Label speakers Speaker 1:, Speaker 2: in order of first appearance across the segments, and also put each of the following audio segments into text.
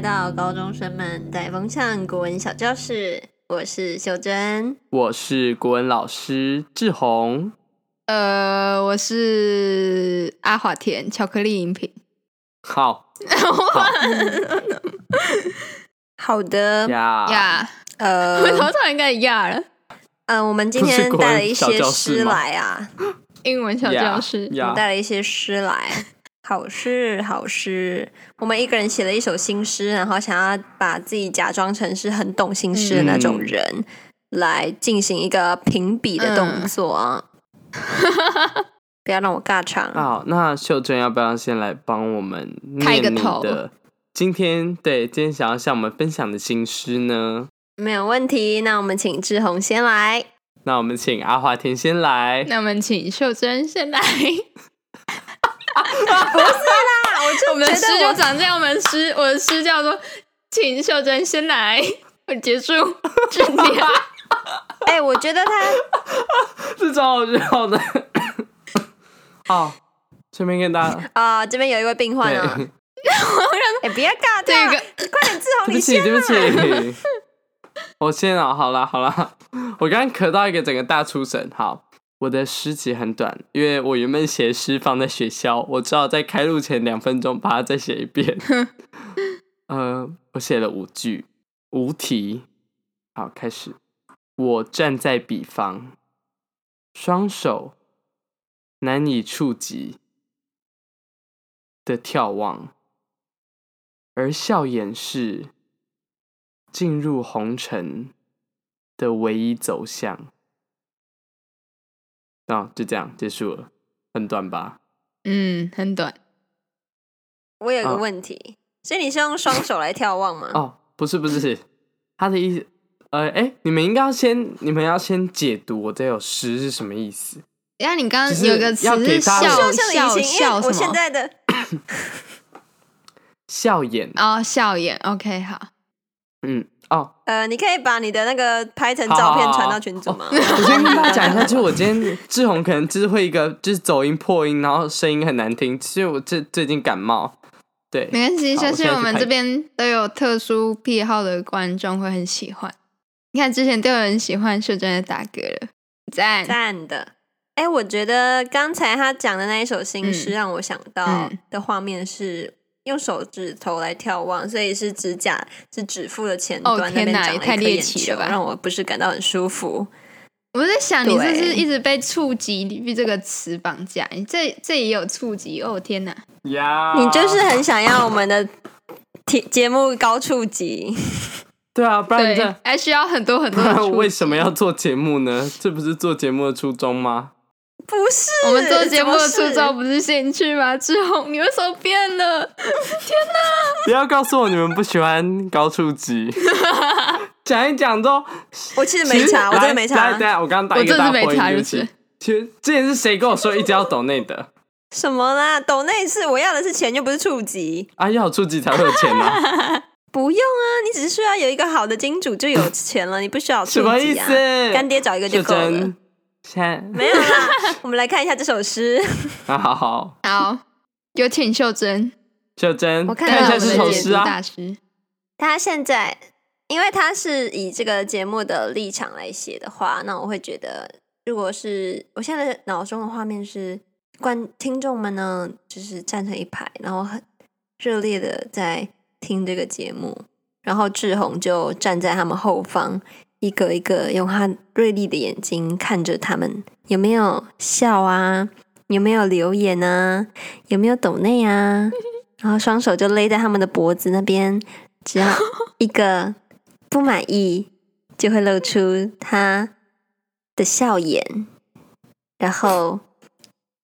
Speaker 1: 到高中生们带风向国文小教室，我是秀珍。
Speaker 2: 我是国文老师志宏。
Speaker 3: 呃，我是阿华田巧克力饮品。
Speaker 2: 好好
Speaker 1: 好的，
Speaker 2: 呀
Speaker 3: 嗯呀，
Speaker 1: 呃
Speaker 2: 嗯
Speaker 3: 我头突然开始呀了。
Speaker 1: 呃，我们今
Speaker 2: 不是
Speaker 1: 天
Speaker 2: 国
Speaker 1: 带
Speaker 2: 文
Speaker 1: 了一
Speaker 2: 小
Speaker 1: 些
Speaker 2: 教室
Speaker 1: 诗
Speaker 2: 吗
Speaker 1: 来啊，
Speaker 3: 英文小教室
Speaker 1: 我
Speaker 2: 呀
Speaker 1: 们带了一些诗来，好诗好诗。我们一个人写了一首新诗，然后想要把自己假装成是很懂新诗的那种
Speaker 2: 嗯
Speaker 1: 人，来进行一个评比的动
Speaker 3: 嗯
Speaker 1: 作 啊！不要让我尬场
Speaker 2: 那好，那秀珍要不要先来帮我们
Speaker 3: 开个
Speaker 2: 念你
Speaker 3: 头
Speaker 2: 的？今天对，今天想要向我们分享的新诗呢？
Speaker 1: 没有问题。那我们请志宏先来。
Speaker 2: 那我们请阿华田先来。
Speaker 3: 那我们请秀珍先 来。
Speaker 1: 不是啦，啊我就
Speaker 3: 我们的诗
Speaker 1: 觉得
Speaker 3: 就
Speaker 1: 我
Speaker 3: 长这样，我们的诗，我的诗叫做“请秀珍先来”，我 结束这点。
Speaker 1: 哎、我觉得 他
Speaker 2: 这招我觉得好的。 哦，顺便跟大家，
Speaker 1: 啊、这边有一位病患
Speaker 2: 对，
Speaker 1: 啊，哎、不要尬
Speaker 3: 这
Speaker 1: 掉，
Speaker 3: 个
Speaker 1: 快点志
Speaker 2: 对
Speaker 1: 宏，
Speaker 2: 不
Speaker 1: 你
Speaker 2: 起，
Speaker 1: 先啊
Speaker 2: 对不起， 我先啊，好啦好啦， 我刚刚咳到一个整个大出神。好，我的诗集很短，因为我原本写诗放在学校，我只好在开录前两分钟把它再写 一遍。呃，我写了五句，无题。好，开始。我站在彼方，双手难以触及的眺望。而笑眼是进入红尘的唯一走向。啊、就这样结束了，很短吧？
Speaker 3: 嗯，很短。
Speaker 1: 我有一
Speaker 3: 啊
Speaker 1: 个
Speaker 2: 嗯
Speaker 1: 问题，所以你是用双手来眺望吗？
Speaker 2: 哦，不是不是， 他的意思，呃，哎、你们应该要先，你们要先解读我这首诗是什么意思。
Speaker 3: 然后你刚
Speaker 2: 就
Speaker 3: 刚
Speaker 2: 是
Speaker 3: 有个词
Speaker 2: 要给
Speaker 3: 是
Speaker 2: 大
Speaker 3: 笑
Speaker 2: 家
Speaker 1: 就
Speaker 2: 哦
Speaker 1: 像
Speaker 3: 啊笑
Speaker 1: 以前，因
Speaker 3: 笑
Speaker 1: 为
Speaker 3: 什
Speaker 1: 我现
Speaker 3: 么？
Speaker 1: 在的
Speaker 2: 笑眼，
Speaker 3: 哦，笑眼。OK，好。
Speaker 2: 嗯，哦，
Speaker 1: 呃，你可以把你的那个拍成
Speaker 2: 好
Speaker 1: 照片
Speaker 2: 好好
Speaker 1: 传到群组吗？
Speaker 2: 哦我先跟大家讲一下，就是我今天志宏可能就是会一个就是走音破音，然后声音很难听，所以我最最近感冒，对，
Speaker 3: 没关系，
Speaker 2: 好
Speaker 3: 相
Speaker 2: 我
Speaker 3: 信
Speaker 2: 现在
Speaker 3: 我
Speaker 2: 去
Speaker 3: 们
Speaker 2: 拍
Speaker 3: 这边都有特殊癖好的观众会很喜欢。你看之前都有人喜欢秀珍的打嗝了，赞。
Speaker 1: 赞的。哎、我觉得刚才他讲的那一首新诗
Speaker 3: 嗯
Speaker 1: 让我想到
Speaker 3: 嗯
Speaker 1: 的画面是用手指头来眺望，所以是指甲是指腹的前
Speaker 3: 哦
Speaker 1: 端那边
Speaker 3: 天哪
Speaker 1: 长
Speaker 3: 也
Speaker 1: 了一
Speaker 3: 太
Speaker 1: 颗
Speaker 3: 猎
Speaker 1: 眼
Speaker 3: 奇
Speaker 1: 球
Speaker 3: 了吧
Speaker 1: 让我不是感到很舒服。
Speaker 3: 我在想，你是不
Speaker 1: 对
Speaker 3: 是一直被“触及”这个词绑架？你这这也有触及哦！天哪，
Speaker 2: 呀
Speaker 1: 你就是很想要我们的 节节目高触及，
Speaker 2: 对啊，不然你
Speaker 3: 对
Speaker 2: 这，
Speaker 3: 还需要很多很
Speaker 2: 不
Speaker 3: 多的
Speaker 2: 然
Speaker 3: 触
Speaker 2: 为
Speaker 3: 及。
Speaker 2: 什么要做节目呢？这不是做节目的初衷吗？
Speaker 1: 不是？
Speaker 3: 我们做节目的
Speaker 1: 怎么
Speaker 3: 初
Speaker 1: 是
Speaker 3: 衷不是兴趣吗？志宏，你为什么变了？
Speaker 2: 不要告诉我你们不喜欢高处级，讲一讲都，
Speaker 1: 我其实没查，我真的没
Speaker 2: 来
Speaker 1: 查
Speaker 2: 来。来我刚刚打一个
Speaker 3: 我真
Speaker 2: 大
Speaker 3: 的是
Speaker 2: 破
Speaker 3: 没
Speaker 2: 音，
Speaker 3: 查
Speaker 2: 对不
Speaker 3: 就是
Speaker 2: 起。其实之前是谁跟我说一直要抖内的？
Speaker 1: 什么啦？抖那是我要的是钱，又不是触及。
Speaker 2: 啊，要有触及才会有钱 啊？
Speaker 1: 不用啊，你只是需要有一个好的金主就有钱了，你不需要触及
Speaker 2: 什
Speaker 1: 啊。
Speaker 2: 么意思？
Speaker 1: 干爹找一个就
Speaker 2: 秀
Speaker 1: 够了
Speaker 2: 珍。，现
Speaker 1: 没有啦，我们来看一下这首诗。
Speaker 2: 在啊，好好，
Speaker 3: 好，有请秀珍
Speaker 2: 秀珍，
Speaker 1: 我看
Speaker 3: 带
Speaker 1: 到
Speaker 2: 一
Speaker 3: 来
Speaker 2: 下
Speaker 3: 我们
Speaker 2: 这
Speaker 3: 的
Speaker 2: 首
Speaker 3: 解
Speaker 2: 诗
Speaker 3: 读大
Speaker 2: 啊，
Speaker 3: 师。
Speaker 1: 他现在，因为他是以这个节目的立场来写的话，那我会觉得，如果是我现在脑中的画面是观听众们呢，就是站成一排，然后很热烈的在听这个节目，然后志宏就站在他们后方，一个一个用他锐利的眼睛看着他们，有没有笑啊？有没有留言啊？有没有抖内啊？然后双手就勒在他们的脖子那边，只要一个不满意，就会露出他的笑颜，然后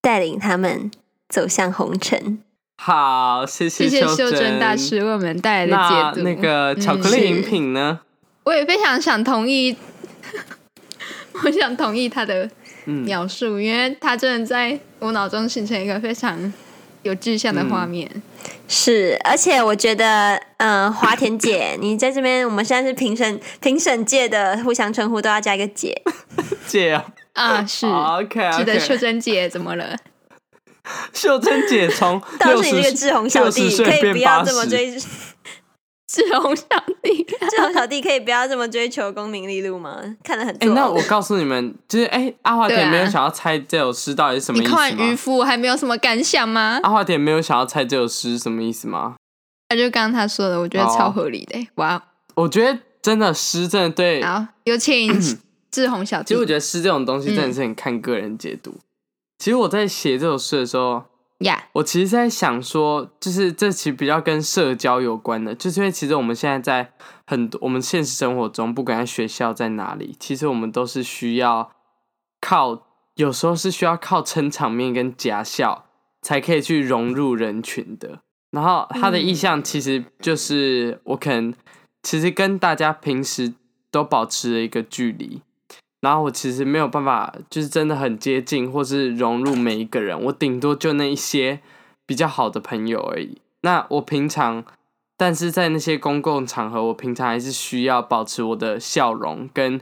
Speaker 1: 带领他们走向红尘。
Speaker 2: 好，谢
Speaker 3: 谢谢秀珍
Speaker 2: 珍
Speaker 3: 大师为我们带来
Speaker 2: 那
Speaker 3: 的解读。嗯
Speaker 2: 那个巧克力饮品呢？
Speaker 3: 我也非常想同意， 我想同意他的
Speaker 2: 嗯，
Speaker 3: 描述，因为他真的在我脑中形成一个非常有具象的画面。
Speaker 1: 是，而且我觉得，嗯，华田姐，你在这边，我们现在是评审评审界的互相称呼都要加一个姐。
Speaker 2: 姐啊
Speaker 3: 啊，是，
Speaker 2: ，OK，
Speaker 3: 是的，秀
Speaker 2: 秀
Speaker 3: 珍姐怎么了？
Speaker 2: 秀珍姐从
Speaker 1: 倒
Speaker 2: 六
Speaker 1: 是你这个
Speaker 2: 十
Speaker 1: 志宏小
Speaker 2: 60
Speaker 1: 弟，
Speaker 2: 岁
Speaker 1: 可以不
Speaker 2: 变
Speaker 1: 要这
Speaker 2: 80
Speaker 1: 么追。
Speaker 3: 志宏小弟，
Speaker 1: 这种小弟可以不要这么追求功名利禄吗？看得很
Speaker 2: 哎、
Speaker 1: 重。
Speaker 2: 那我告诉你们，就是哎、阿华
Speaker 3: 对
Speaker 2: 田
Speaker 3: 啊
Speaker 2: 没有想要猜这首诗到底是什么
Speaker 3: 你
Speaker 2: 意思
Speaker 3: 看完《渔
Speaker 2: 吗？
Speaker 3: 夫》还没有什么感想吗？
Speaker 2: 阿华田没有想要猜这首诗什么意思吗？
Speaker 3: 那就刚刚他说的，我觉得
Speaker 2: 好啊
Speaker 3: 超合理的。哇，哦
Speaker 2: 我觉得真的诗真的对，
Speaker 3: 好，有请志宏小
Speaker 2: 其
Speaker 3: 弟
Speaker 2: 实我觉得诗这种东西真的是很看个人解读。其实我在写这首诗的时候，
Speaker 3: 呀，
Speaker 2: 我其实在想说，就是这其实比较跟社交有关的，就是因为其实我们现在在很多我们现实生活中，不管在学校在哪里，其实我们都是需要靠，有时候是需要靠撑场面跟假笑才可以去融入人群的。然后他的意向其实就是我可能其实跟大家平时都保持了一个距离，然后我其实没有办法，就是真的很接近或是融入每一个人，我顶多就那一些比较好的朋友而已。那我平常，但是在那些公共场合，我平常还是需要保持我的笑容，跟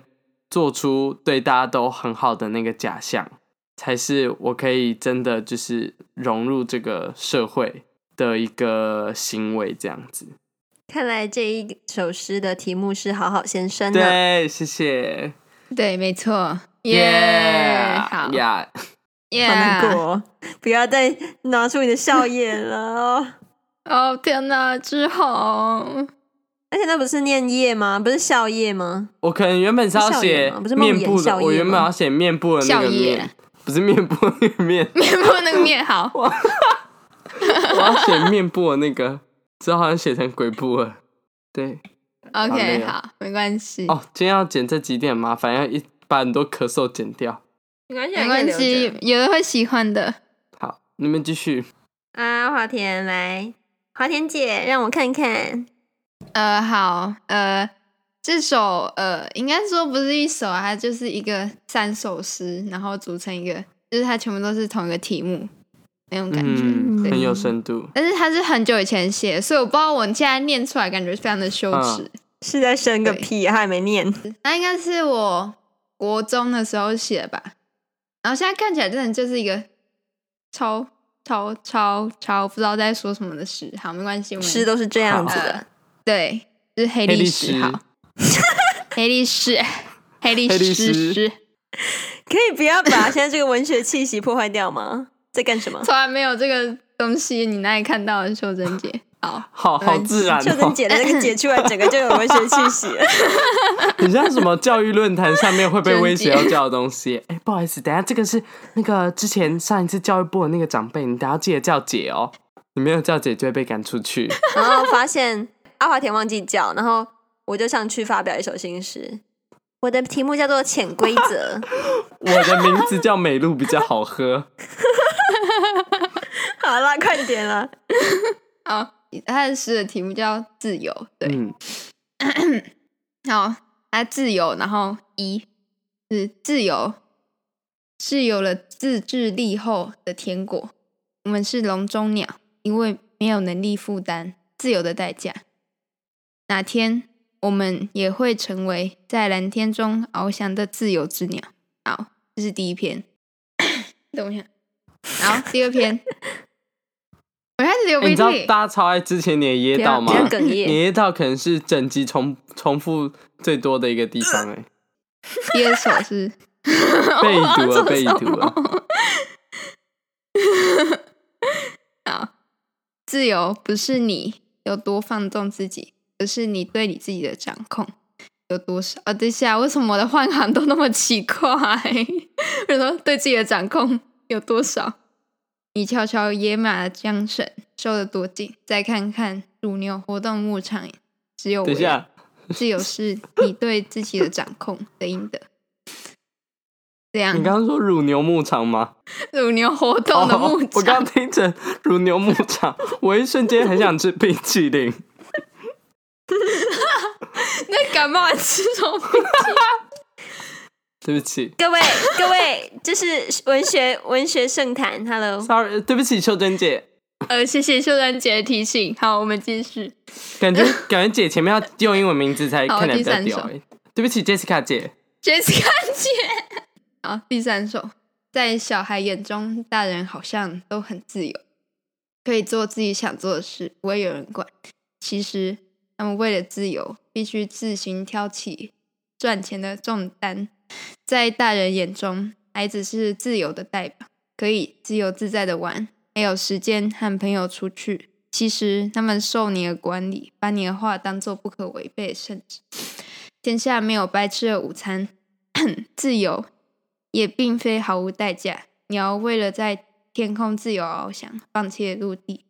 Speaker 2: 做出对大家都很好的那个假象，才是我可以真的就是融入这个社会的一个行为，这样子。
Speaker 1: 看来这一首诗的题目是“好好先生”呢。
Speaker 2: 对，啊谢谢，
Speaker 3: 对，没错，耶，好
Speaker 2: 耶，呀，
Speaker 1: 好难过
Speaker 3: 耶，
Speaker 1: 哦、不要再拿出你的笑眼了哦。
Speaker 3: 哦天哪，志宏，
Speaker 1: 而且那不是念夜吗？不是笑夜吗？
Speaker 2: 我可能原本是要
Speaker 1: 笑
Speaker 2: 写
Speaker 1: 眼吗不是梦
Speaker 2: 面
Speaker 1: 魇
Speaker 2: 部的，
Speaker 1: 笑靥
Speaker 2: 我原本
Speaker 1: 吗
Speaker 2: 要写面部的那
Speaker 3: 笑
Speaker 2: 个
Speaker 3: 靥
Speaker 2: 面，不是面部的那个面，
Speaker 3: 面部那个面好，
Speaker 2: 我要写面部的那个，之后好像写成鬼部了。对，累
Speaker 3: OK，
Speaker 2: 哦
Speaker 3: 好，没关系，
Speaker 2: 哦，今天要剪这几点麻烦，要一把很多咳嗽剪掉。
Speaker 1: 没关系
Speaker 3: 没关系，有人会喜欢的。
Speaker 2: 好，你们继续。
Speaker 1: 啊，华田来，华田姐，让我看看。
Speaker 3: 呃，好，呃，这首呃，应该说不是一首啊，它就是一个三首诗，然后组成一个，就是它全部都是同一个题目那种感觉。
Speaker 2: 嗯，
Speaker 3: 对
Speaker 2: 很有深度。
Speaker 3: 但是它是很久以前写的，所以我不知道我现在念出来感觉非常的羞耻。
Speaker 1: 是在生个
Speaker 3: 对
Speaker 1: 屁，啊还没念。
Speaker 3: 那、应该是我国中的时候写的吧，然后现在看起来真的就是一个超超超超不知道在说什么的诗。好，没关系，我们
Speaker 1: 诗都是这样子
Speaker 3: 好
Speaker 1: 的。
Speaker 3: 对，就是黑
Speaker 2: 黑
Speaker 3: 历
Speaker 2: 历
Speaker 3: 史
Speaker 2: 史
Speaker 3: 好，黑历史， 黑历
Speaker 2: 黑历
Speaker 3: 史
Speaker 2: 史
Speaker 3: 史，
Speaker 1: 可以不要把现在这个文学气息破坏掉吗？在干 什么？
Speaker 3: 从来没有这个东西，你哪里看到的？秀珍姐，好，
Speaker 2: 好好自然
Speaker 1: 秀
Speaker 2: 哦
Speaker 1: 珍，姐的那个解出来，整个就有文学气息了。
Speaker 2: 很像什么教育论坛上面会被
Speaker 3: 真
Speaker 2: 威 胁
Speaker 3: 姐
Speaker 2: 要教的东西。哎，不好意思，等一下这个是那个之前上一次教育部的那个长辈，你等一下记得叫姐哦，你没有叫姐就会被赶出 去。
Speaker 1: 然后发现阿华田忘记叫，然后我就上去发表一首新诗。我的题目叫做《潜规则》，
Speaker 2: 我的名字叫美露，比较好喝。
Speaker 1: 好啦，快点 啦！
Speaker 3: 好，他的诗的题目叫《自由》，对，
Speaker 2: 嗯，
Speaker 3: 好，他自由，然后一是自由，是有了自制力后的天国。我们是笼中鸟，因为没有能力负担自由的代价。哪天我们也会成为在蓝天中翱翔的自由之鸟。好，这是第一篇。 等我一下，好，第二篇。 我开始流
Speaker 2: 欸
Speaker 3: 鼻
Speaker 2: 你知道
Speaker 3: 涕。
Speaker 2: 大家超爱之前你的噎到吗
Speaker 1: 不？要哽咽
Speaker 2: 你噎到可能是整集重重复最多的一个地方、 欸，
Speaker 3: 第二首是
Speaker 2: 哎，被已
Speaker 3: 哦
Speaker 2: 读了，
Speaker 1: 做
Speaker 2: 被已
Speaker 1: 什
Speaker 2: 读了。
Speaker 3: 自由不是你有多放纵自己，而是你对你自己的掌控有多少。啊，等一下，为什么我的换行都那么奇怪？ 我说对自己的掌控有多少？你瞧瞧野马的缰绳收得多紧，再看看乳牛活动牧场，只有我
Speaker 2: 等一下，
Speaker 3: 自由是你对自己的掌控的应得。这样
Speaker 2: 你，刚刚说乳牛牧场吗？
Speaker 3: 乳牛活动的牧
Speaker 2: 哦我刚刚，
Speaker 3: 场
Speaker 2: 听成乳牛牧 场，我一瞬间很想吃冰淇淋。
Speaker 3: 那感 冒还吃什么冰
Speaker 2: 对不起
Speaker 1: 各位各位，这是文学文学盛坛，Hello，
Speaker 2: ，sorry，对不起，秀珍姐，
Speaker 3: 呃，谢谢秀兰姐的提醒。好，我们继续。
Speaker 2: 感 觉感觉姐前面要用英文名字才
Speaker 3: 好
Speaker 2: 看起来比
Speaker 3: 第
Speaker 2: 较
Speaker 3: 三
Speaker 2: 屌、
Speaker 3: 首
Speaker 2: 欸。对不起，Jessica 姐，
Speaker 3: Jessica 姐， 好，第三首，在小孩眼中，大人好像都很自由，可以做自己想做的事，不会有人管。其实他们为了自由，必须自行挑起赚钱的重担。在大人眼中，孩子是自由的代表，可以自由自在的玩，还有时间和朋友出去。其实他们受你的管理，把你的话当做不可违背的圣旨。天下没有白吃的午餐，自由也并非毫无代价。你要为了在天空自由翱翔，放弃了陆地；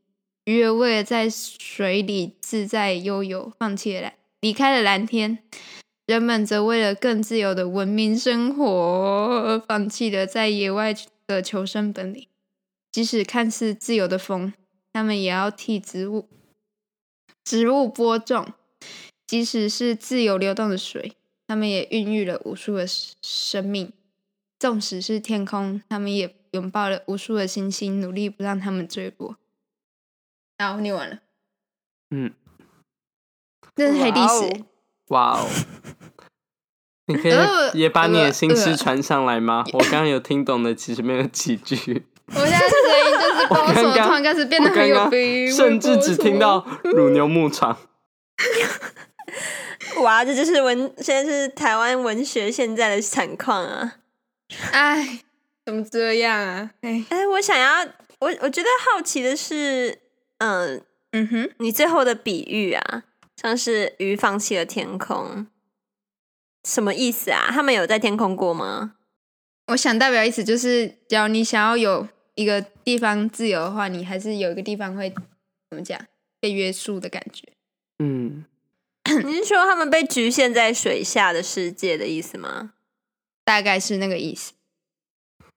Speaker 3: 鱼儿为了在水里自在悠游，放弃了蓝，离开了蓝天。人们则为了更自由的文明生活，而放弃了在野外的求生本领。即使看似自由的风，他们也要替植物植物播种；即使是自由流动的水，他们也孕育了无数的生命。纵使是天空，他们也拥抱了无数的星星，努力不让他们坠落。好，念完了。
Speaker 2: 嗯，
Speaker 3: 这是黑历史欸、
Speaker 1: 哇哦
Speaker 2: 哇哦！你可
Speaker 3: 呃
Speaker 2: 以也把你的
Speaker 3: 呃
Speaker 2: 心思
Speaker 3: 呃
Speaker 2: 传上来吗？我刚刚有听懂的，其实没有几句。
Speaker 3: 我现在声音就是不知道为什么
Speaker 2: 我刚刚
Speaker 3: 突然开始变得
Speaker 2: 我
Speaker 3: 很
Speaker 2: 刚
Speaker 3: 有
Speaker 2: 刚
Speaker 3: 鼻音，
Speaker 2: 甚至只听到乳牛牧场。
Speaker 1: 哇，这就是文，现在是台湾文学现在的惨况啊！
Speaker 3: 哎，怎么这样啊？哎，
Speaker 1: 哎，我想要，我我觉得好奇的是，嗯、
Speaker 3: 嗯哼，
Speaker 1: 你最后的比喻啊，像是鱼放弃了天空，什么意思啊？他们有在天空过吗？
Speaker 3: 我想代表意思就是，只要你想要有一个地方自由的话，你还是有一个地方会怎么讲被约束的感觉。
Speaker 2: 嗯，
Speaker 1: 你是说他们被局限在水下的世界的意思吗？
Speaker 3: 大概是那个意思。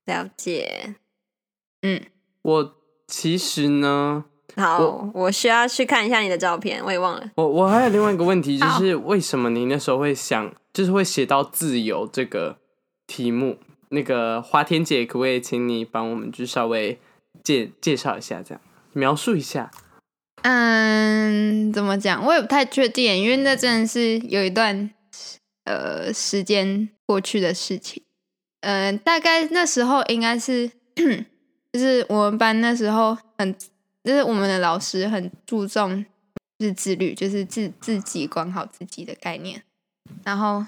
Speaker 1: 了解。
Speaker 3: 嗯，
Speaker 2: 我其实呢，
Speaker 1: 好，
Speaker 2: 我
Speaker 1: 我需要去看一下你的照片，我也忘了。
Speaker 2: 我我还有另外一个问题，就
Speaker 3: 好
Speaker 2: 是为什么你那时候会想，就是会写到自由这个题目？那个花天姐，可不可以请你帮我们就稍微介介绍一下，这样描述一下？
Speaker 3: 嗯，怎么讲？我也不太确定，因为那真的是有一段呃时间过去的事情。嗯、大概那时候应该是， 就是我们班那时候很，就是我们的老师很注重就是自律，就是自自己管好自己的概念。然后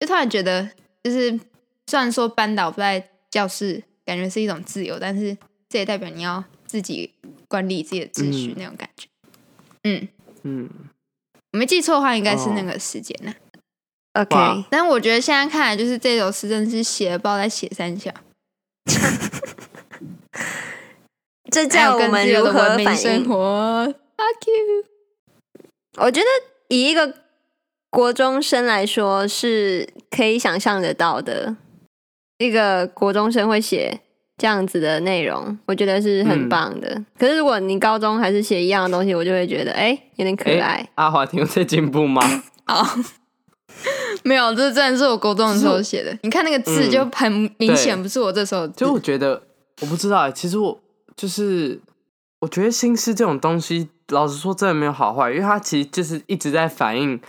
Speaker 3: 就突然觉得，就是虽然说班导不在教室，感觉是一种自由，但是这也代表你要自己管理自己的秩序
Speaker 2: 嗯
Speaker 3: 那种感觉。嗯，
Speaker 2: 嗯，
Speaker 3: 我没记错的话，应该是
Speaker 2: 哦
Speaker 3: 那个时间呢、
Speaker 1: OK，
Speaker 2: 哇
Speaker 3: 但我觉得现在看来，就是这首诗真的是写的，不知道在写三小。
Speaker 1: 这
Speaker 3: 还
Speaker 1: 叫
Speaker 3: 有
Speaker 1: 我
Speaker 3: 跟
Speaker 1: 们
Speaker 3: 自由
Speaker 1: 如
Speaker 3: 的
Speaker 1: 何
Speaker 3: 文明
Speaker 1: 反
Speaker 3: 生
Speaker 1: 应？
Speaker 3: 活，fuck you。
Speaker 1: 我觉得以一个国中生来说，是可以想象得到的。一个国中生会写这样子的内容，我觉得是很
Speaker 2: 嗯
Speaker 1: 棒的。可是如果你高中还是写一样的东西，我就会觉得哎、有点可
Speaker 2: 诶
Speaker 1: 爱。
Speaker 2: 阿华庭有在进步吗？
Speaker 3: 好，没有，这真的是我国中的时候写的。你看那个字
Speaker 2: 嗯
Speaker 3: 就很明显，
Speaker 2: 对
Speaker 3: 不是我这时候的字。
Speaker 2: 就我觉得，我不知道欸，其实我就是我觉得心思这种东西，老实说真的没有好坏，因为它其实就是一直在反映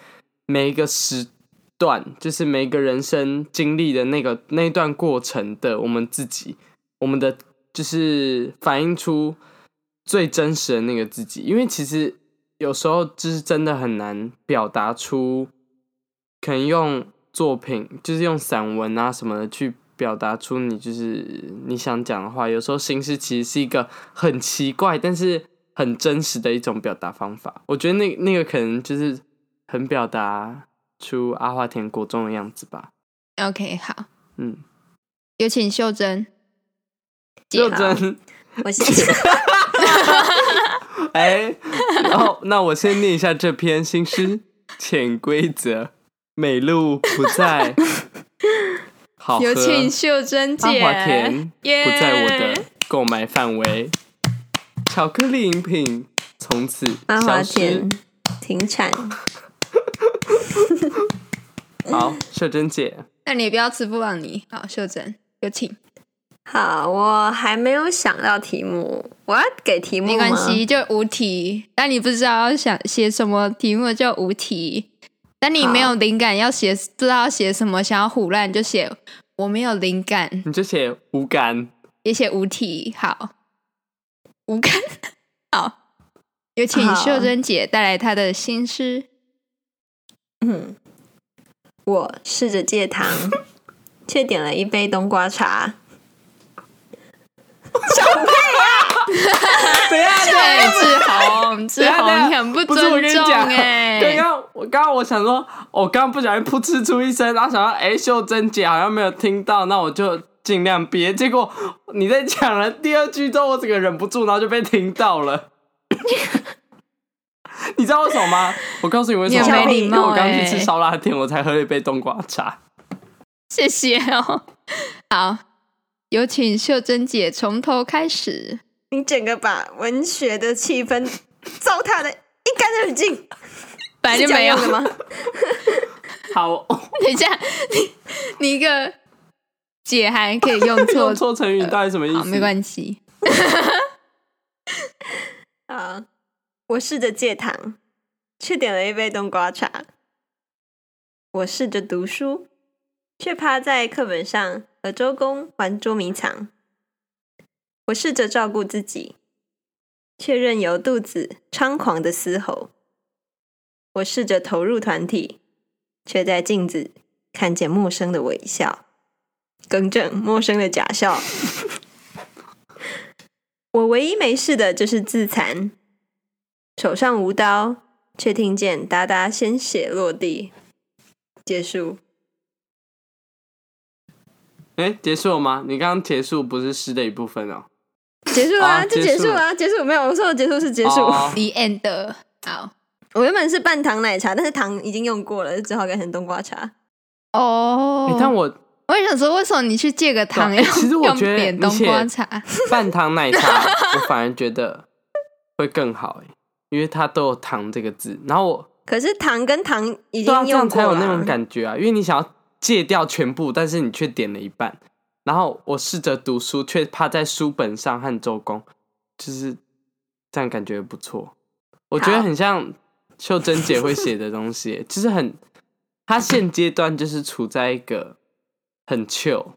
Speaker 2: 每一个时段，就是每一个人生经历的那个那一段过程的我们自己，我们的就是反映出最真实的那个自己，因为其实有时候就是真的很难表达出，可能用作品，就是用散文啊什么的去表达出你就是你想讲的话。有时候形式其实是一个很奇怪，但是很真实的一种表达方法。我觉得那那个可能就是很表达出阿华田国中的样子吧。
Speaker 3: OK，好，
Speaker 2: 嗯，
Speaker 3: 有请秀珍。
Speaker 2: 就
Speaker 1: 好
Speaker 2: 真
Speaker 1: 我 写。
Speaker 2: 哎，然后那我先念一下这篇新诗《潜规则》，美露不在，好喝，
Speaker 3: 有请秀珍
Speaker 2: 阿
Speaker 3: 姐。
Speaker 2: 华田
Speaker 3: 耶
Speaker 2: 不在我的购买范围，巧克力饮品从此
Speaker 1: 阿华
Speaker 2: 消失
Speaker 1: 田。停产，
Speaker 2: 好，秀珍姐，
Speaker 3: 那你也不要吃布朗尼。好，秀珍，有请。
Speaker 1: 好，我还没有想到题目，我要给题目
Speaker 3: 没关
Speaker 1: 吗
Speaker 3: 系，就无题。但你不知道要想写什么题目就无题。但你没有灵感要写，不知道要写什么，想要胡乱就写我没有灵感，
Speaker 2: 你就写无感。
Speaker 3: 也写无题。好，无感。好，有请
Speaker 1: 好
Speaker 3: 秀珍姐带来她的新诗。
Speaker 1: 嗯，我试着戒糖，却点了一杯冬瓜茶。
Speaker 2: 等一下，
Speaker 3: 对，志宏，志
Speaker 2: 等一下
Speaker 3: 宏，啊你很
Speaker 2: 啊不是我
Speaker 3: 尊
Speaker 2: 跟你
Speaker 3: 重
Speaker 2: 讲
Speaker 3: 哎、
Speaker 2: 刚刚啊我刚刚我想说，我刚刚不小心噗嗤出一声，然后想到哎、秀珍姐好像没有听到，那我就尽量憋。结果你在讲了第二句之后，我整个忍不住，然后就被听到 了。你知道为什么吗？我告诉你为什么吗，
Speaker 1: 你很没礼
Speaker 3: 貌
Speaker 2: 因为我刚去
Speaker 3: 欸
Speaker 2: 吃烧腊店，我才喝了一杯冬瓜茶。
Speaker 3: 谢谢哦。好，有请秀珍姐从头开始。
Speaker 1: 你整个把文学的气氛糟蹋的一干二净，
Speaker 3: 本来
Speaker 1: 是
Speaker 3: 就
Speaker 1: 这样
Speaker 3: 没有
Speaker 1: 用的吗？
Speaker 2: 好，
Speaker 3: 等一下，你你一个姐还可以用错
Speaker 2: 用，错成语你到底什么意
Speaker 3: 呃好，
Speaker 2: 思？
Speaker 3: 没关系。
Speaker 1: 啊，我试着戒糖，却点了一杯冬瓜茶。我试着读书，却趴在课本上和周公玩捉迷藏。我试着照顾自己，却任由肚子猖狂的嘶吼。我试着投入团体，却在镜子看见陌生的微笑，更正陌生的假笑。我唯一没事的就是自残，手上无刀，却听见哒哒鲜血落地。结束。
Speaker 2: 哎、结束了吗？你刚刚结束不是诗的一部分哦、
Speaker 1: 结束啊，
Speaker 2: 啊
Speaker 1: 就
Speaker 2: 结
Speaker 1: 结
Speaker 2: 束
Speaker 1: 束啊，结束没有？我说的结束是结束。
Speaker 2: 哦
Speaker 3: The end。好
Speaker 1: 我原本是半糖奶茶，但是糖已经用过了，只好改成冬瓜茶。
Speaker 3: 哦
Speaker 2: 哎但我
Speaker 3: 我也想说，为什么你去借个糖
Speaker 2: 对
Speaker 3: 要
Speaker 2: 哎其实我
Speaker 3: 用
Speaker 2: 觉得
Speaker 3: 点
Speaker 2: 你
Speaker 3: 冬瓜
Speaker 2: 写
Speaker 3: 茶？
Speaker 2: 半糖奶 茶，我反而觉得会更好哎，因为它都有“糖”这个字，然后我
Speaker 1: 可是糖跟糖已
Speaker 2: 对啊，
Speaker 1: 经
Speaker 2: 这样
Speaker 1: 用过
Speaker 2: 才
Speaker 1: 了
Speaker 2: 有
Speaker 1: 啊，
Speaker 2: 那种感觉啊，因为你想要戒掉全部，但是你却点了一半。然后我试着读书，却趴在书本上和周公，就是这样感觉不错。我觉得
Speaker 1: 好
Speaker 2: 很像秀珍姐会写的东西 欸，就是很，她现阶段就是处在一个很 chill，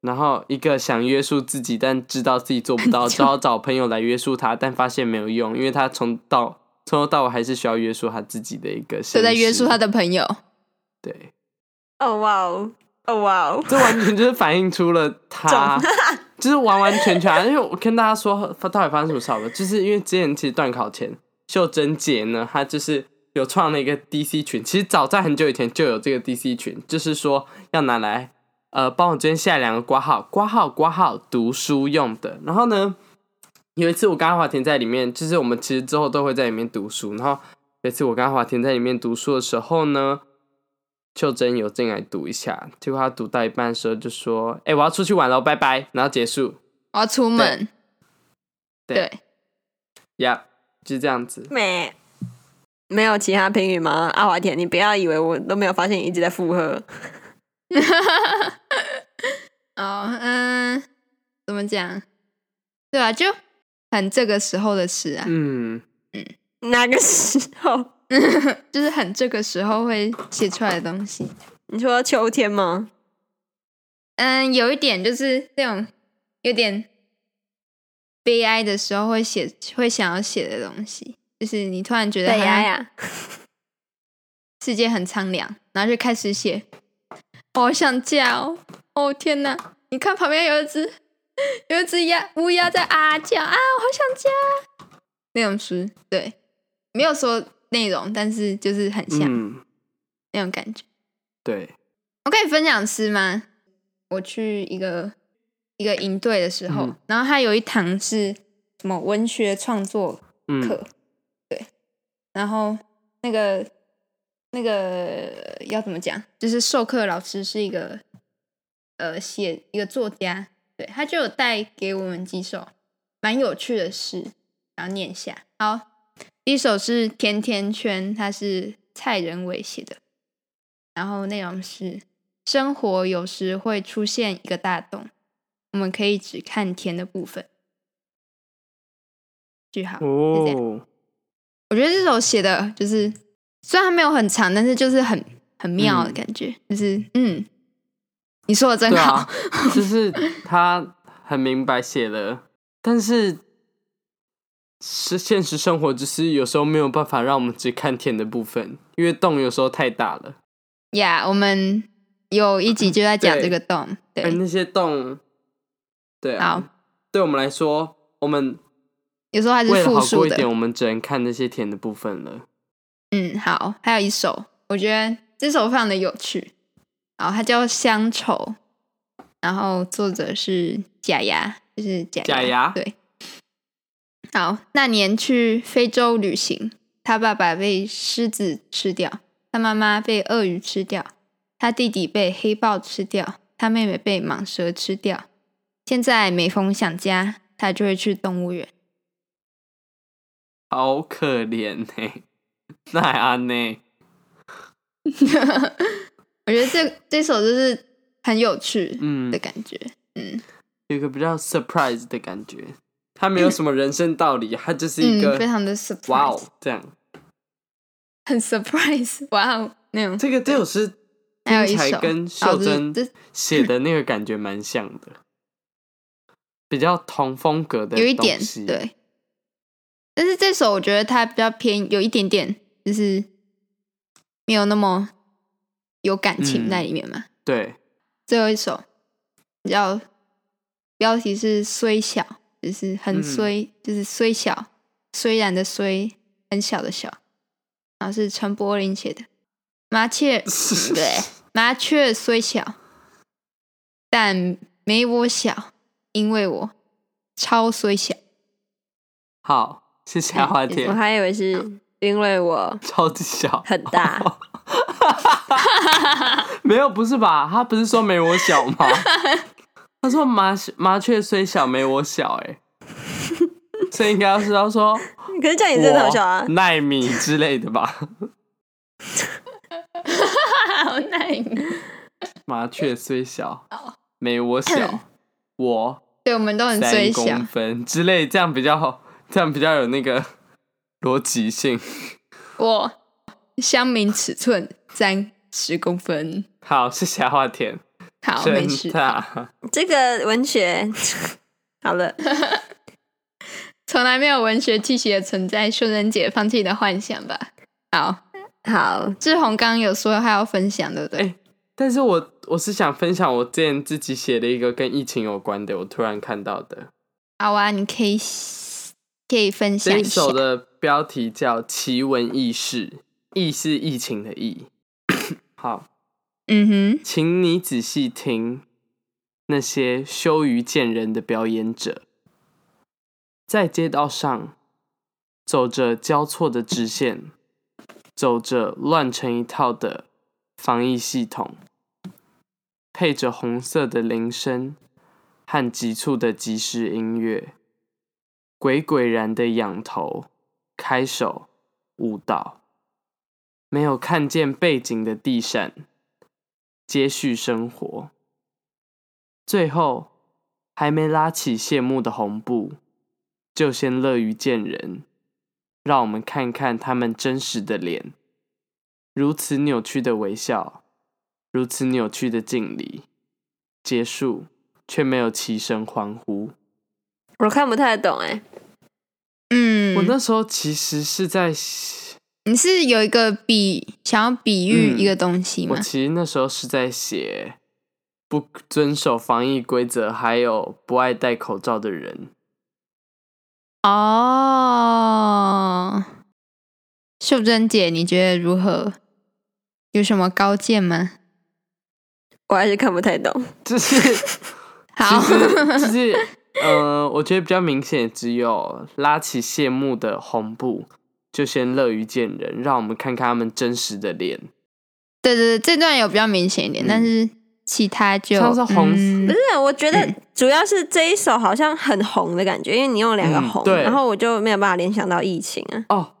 Speaker 2: 然后一个想约束自己，但知道自己做不到，只好找朋友来约束他，但发现没有用，因为他从到从头到尾还是需要约束他自己的一个，
Speaker 3: 就在约束他
Speaker 2: 的。
Speaker 3: 的朋友。
Speaker 2: 对，
Speaker 1: 哦哇哦，哦哇哦，
Speaker 2: 这完全就是反映出了他，就是完完全全啊、因为我跟大家说，到底发生什么事好了，就是因为之前其实断考前，秀珍姐呢，她就是有创了一个 DC 群，其实早在很久以前就有这个 DC 群，就是说要拿来呃帮我捐下两个挂号，挂号挂号读书用的。然后呢，有一次我跟阿华田在里面，就是我们其实之后都会在里面读书，然后有一次我跟阿华田在里面读书的时候呢。秀珍有进来读一下，结果她读到一半的时候就说：“哎、我要出去玩了，拜拜。”然后结束。
Speaker 3: 我要出门，
Speaker 2: 对
Speaker 3: 对，
Speaker 2: 呀、就是这样子。
Speaker 1: 没没有其他评语吗？阿华田，你不要以为我都没有发现你一直在附和。
Speaker 3: 哦，嗯，怎么讲？对啊，就很这个时候的事啊，
Speaker 2: 嗯，
Speaker 1: 哪个时候？
Speaker 3: 就是很这个时候会写出来的东西。
Speaker 1: 你说秋天吗？
Speaker 3: 嗯，有一点就是那种有点悲哀的时候会写，会想要写的东西，就是你突然觉得好像
Speaker 1: 呀，
Speaker 3: 世界很苍凉，然后就开始写，哦好想家哦，哦天哪！你看旁边有一只有一只鸭乌鸦在啊叫啊，我好想家。哦那种诗，对，没有说内容，但是就是很像、
Speaker 2: 嗯，
Speaker 3: 那种感觉。
Speaker 2: 对，
Speaker 3: 我可以分享诗吗？我去一个一个营队的时候，
Speaker 2: 嗯
Speaker 3: 然后他有一堂是什么文学创作课，
Speaker 2: 嗯，
Speaker 3: 对，然后那个那个要怎么讲，就是授课老师是一个呃写一个作家，对他就有带给我们几首蛮有趣的诗，然后念一下。好，第一首是《甜甜圈》，它是蔡仁伟写的，然后内容是：生活有时会出现一个大洞，我们可以只看甜的部分。句号。就这样
Speaker 2: 哦，
Speaker 3: 我觉得这首写的就是，虽然它没有很长，但是就是很很妙的感觉，就是嗯，你说的真
Speaker 2: 对
Speaker 3: 好，
Speaker 2: 啊，就是他很明白写了，但是是现实生活，只是有时候没有办法让我们只看甜的部分，因为洞有时候太大了。
Speaker 3: 呀我们有一集就在讲
Speaker 2: 嗯
Speaker 3: 这
Speaker 2: 对
Speaker 3: 个洞，
Speaker 2: 哎、
Speaker 3: 对，
Speaker 2: 那些洞，对啊，
Speaker 3: 好，
Speaker 2: 对我们来说，我们
Speaker 3: 有时候还是
Speaker 2: 为了
Speaker 3: 复
Speaker 2: 好
Speaker 3: 数
Speaker 2: 过一
Speaker 3: 的
Speaker 2: 点，。我们只能看那些甜的部分了。
Speaker 3: 嗯，好，还有一首，我觉得这首非常的有趣。好，它叫《乡愁》，然后作者是假牙，就是假
Speaker 2: 假牙
Speaker 3: 对，好，那年去非洲旅行，他爸爸被狮子吃掉，他妈妈被鳄鱼吃掉，他弟弟被黑豹吃掉，他妹妹被蟒蛇吃掉。现在每逢想家，他就会去动物园。
Speaker 2: 好可怜呢、 那还安呢？
Speaker 3: 我觉得这这首就是很有趣
Speaker 2: 嗯
Speaker 3: 的，感觉。嗯，
Speaker 2: 有一个比较 surprise 的感觉。它没有什么人生道理，它就是一个
Speaker 3: 嗯、非常的 surprise，
Speaker 2: 哇哦这样。
Speaker 3: 很 surprise，哇 哦那种。
Speaker 2: 这个这首诗
Speaker 3: 还有
Speaker 2: 听
Speaker 3: 一
Speaker 2: 起来
Speaker 3: 首
Speaker 2: 跟
Speaker 3: 哦
Speaker 2: 秀
Speaker 3: 不是
Speaker 2: 珍
Speaker 3: 这
Speaker 2: 写的那个感觉蛮像的，比较同风格的，
Speaker 3: 有一点。对，但是这首我觉得它比较偏，有一点点就是没有那么有感情
Speaker 2: 嗯
Speaker 3: 在里面嘛。
Speaker 2: 对，
Speaker 3: 最后一首比较标题是“虽小”，就是很
Speaker 2: 嗯
Speaker 3: 虽，就是虽小，虽然的虽，很小的小。然后是陈柏霖写的《麻雀》，嗯对，麻雀虽小，但没我小，因为我超虽小。
Speaker 2: 好，谢谢
Speaker 3: 嗯
Speaker 2: 阿华
Speaker 1: 我
Speaker 2: 田，
Speaker 1: 还以为是因为我
Speaker 2: 超级小，
Speaker 1: 很 大，
Speaker 2: 没有，不是吧？他不是说没我小 吗？他说麻麻雀虽小，没我小、 欸，哎，所以应该要是他说
Speaker 1: 可是这样也真的好笑啊
Speaker 2: 我！奈米之类的 吧？
Speaker 3: 好耐你。
Speaker 2: 哦麻雀虽小，
Speaker 1: 哦
Speaker 2: 没 我小，我
Speaker 3: 对，我们都很虽
Speaker 2: 三
Speaker 3: 小
Speaker 2: 公。分之类，这样比较好，这样比较有那个逻辑性。
Speaker 3: 我乡民尺寸三十公分。
Speaker 2: 好，谢谢阿华田，
Speaker 3: 好，没
Speaker 2: 真
Speaker 3: 事。
Speaker 2: 大，
Speaker 1: 这个文学 好了，
Speaker 3: 从来没有文学气息的存在，秀珍姐放弃你的幻想吧。好，
Speaker 1: 好，
Speaker 3: 志宏刚刚有说他要分享，对不对？
Speaker 2: 哎但是我我是想分享我之前自己写的一个跟疫情有关的，我突然看到的
Speaker 3: 好啊，你可以可以分享
Speaker 2: 这
Speaker 3: 一
Speaker 2: 一
Speaker 3: 下。
Speaker 2: 首的标题叫《奇闻异事》，疫是疫情的疫。 好，
Speaker 3: 嗯哼，
Speaker 2: 请你仔细听那些羞于见人的表演者，在街道上走着交错的直线，走着乱成一套的防疫系统，配着红色的铃声和急促的即时音乐，鬼鬼然的仰头、开手、舞蹈，没有看见背景的地闪。接续生活。最后，还没拉起谢幕的红布，就先乐于见人，让我们看看他们真实的脸。如此扭曲的微笑，如此扭曲的敬礼，结束却没有齐声欢呼。
Speaker 1: 我看不太懂哎、
Speaker 3: 嗯，
Speaker 2: 我那时候其实是在写，
Speaker 3: 你是有一个比想要比喻
Speaker 2: 嗯
Speaker 3: 一个东西吗
Speaker 2: 我？其实那时候是在写不遵守防疫规则，还有不爱戴口罩的人。
Speaker 3: 哦，秀珍姐，你觉得如何？有什么高见吗？
Speaker 1: 我还是看不太懂。
Speaker 2: 就是
Speaker 3: 好，
Speaker 2: 其实就是呃，我觉得比较明显，只有拉起谢幕的红布，就先乐于见人，让我们看看他们真实的脸。
Speaker 3: 对对对，这段有比较明显一点，
Speaker 2: 嗯
Speaker 3: 但是其他就
Speaker 2: 像是红
Speaker 1: 不
Speaker 3: 嗯
Speaker 1: 是，我觉得主要是这一首好像很红的感觉，因为你用两个
Speaker 2: 嗯
Speaker 1: 红，
Speaker 2: 对
Speaker 1: 然后我就没有办法联想到疫情啊。
Speaker 2: 哦，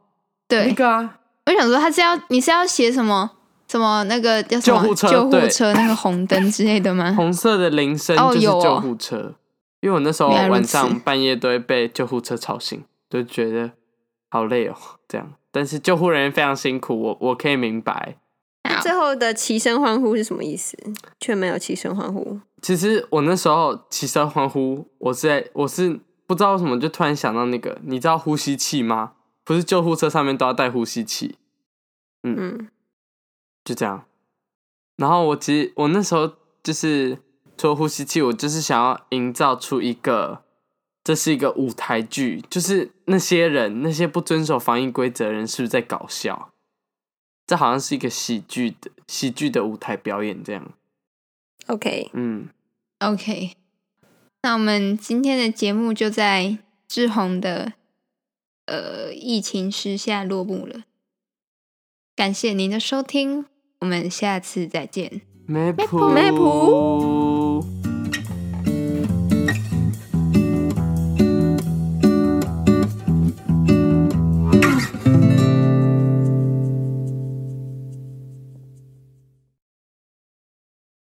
Speaker 3: 对
Speaker 2: 那，个啊，
Speaker 3: 我想说他是要你是要写什么什么那个叫什么
Speaker 2: 救护车
Speaker 3: 救护
Speaker 2: 对
Speaker 3: 车那个红灯之类的吗？
Speaker 2: 红色的铃声
Speaker 3: 哦
Speaker 2: 就是
Speaker 3: 有哦
Speaker 2: 救护车，因为我那时候
Speaker 3: 原来如
Speaker 2: 晚
Speaker 3: 此
Speaker 2: 上半夜都会被救护车吵醒，就觉得好累哦，这样。但是救护人员非常辛苦，我我可以明白。啊
Speaker 3: 好
Speaker 1: 最后的齐声欢呼是什么意思？却没有齐声欢呼。
Speaker 2: 其实我那时候起身欢呼，我是在我是不知道为什么就突然想到那个，你知道呼吸器吗？不是救护车上面都要带呼吸器，
Speaker 1: 嗯，
Speaker 2: 就这样。然后我其实我那时候就是除了呼吸器，我就是想要营造出一个，这是一个舞台剧，就是那些人那些不遵守防疫规则的人是不是在搞笑？这好像是一个喜剧的喜剧的舞台表演这样。
Speaker 1: OK，
Speaker 2: 嗯，
Speaker 3: OK，那我们今天的节目就在志宏的呃疫情时下落幕了。感谢您的收听，我们下次再见。
Speaker 2: 梅
Speaker 3: 普
Speaker 2: 普
Speaker 1: 梅
Speaker 2: 普。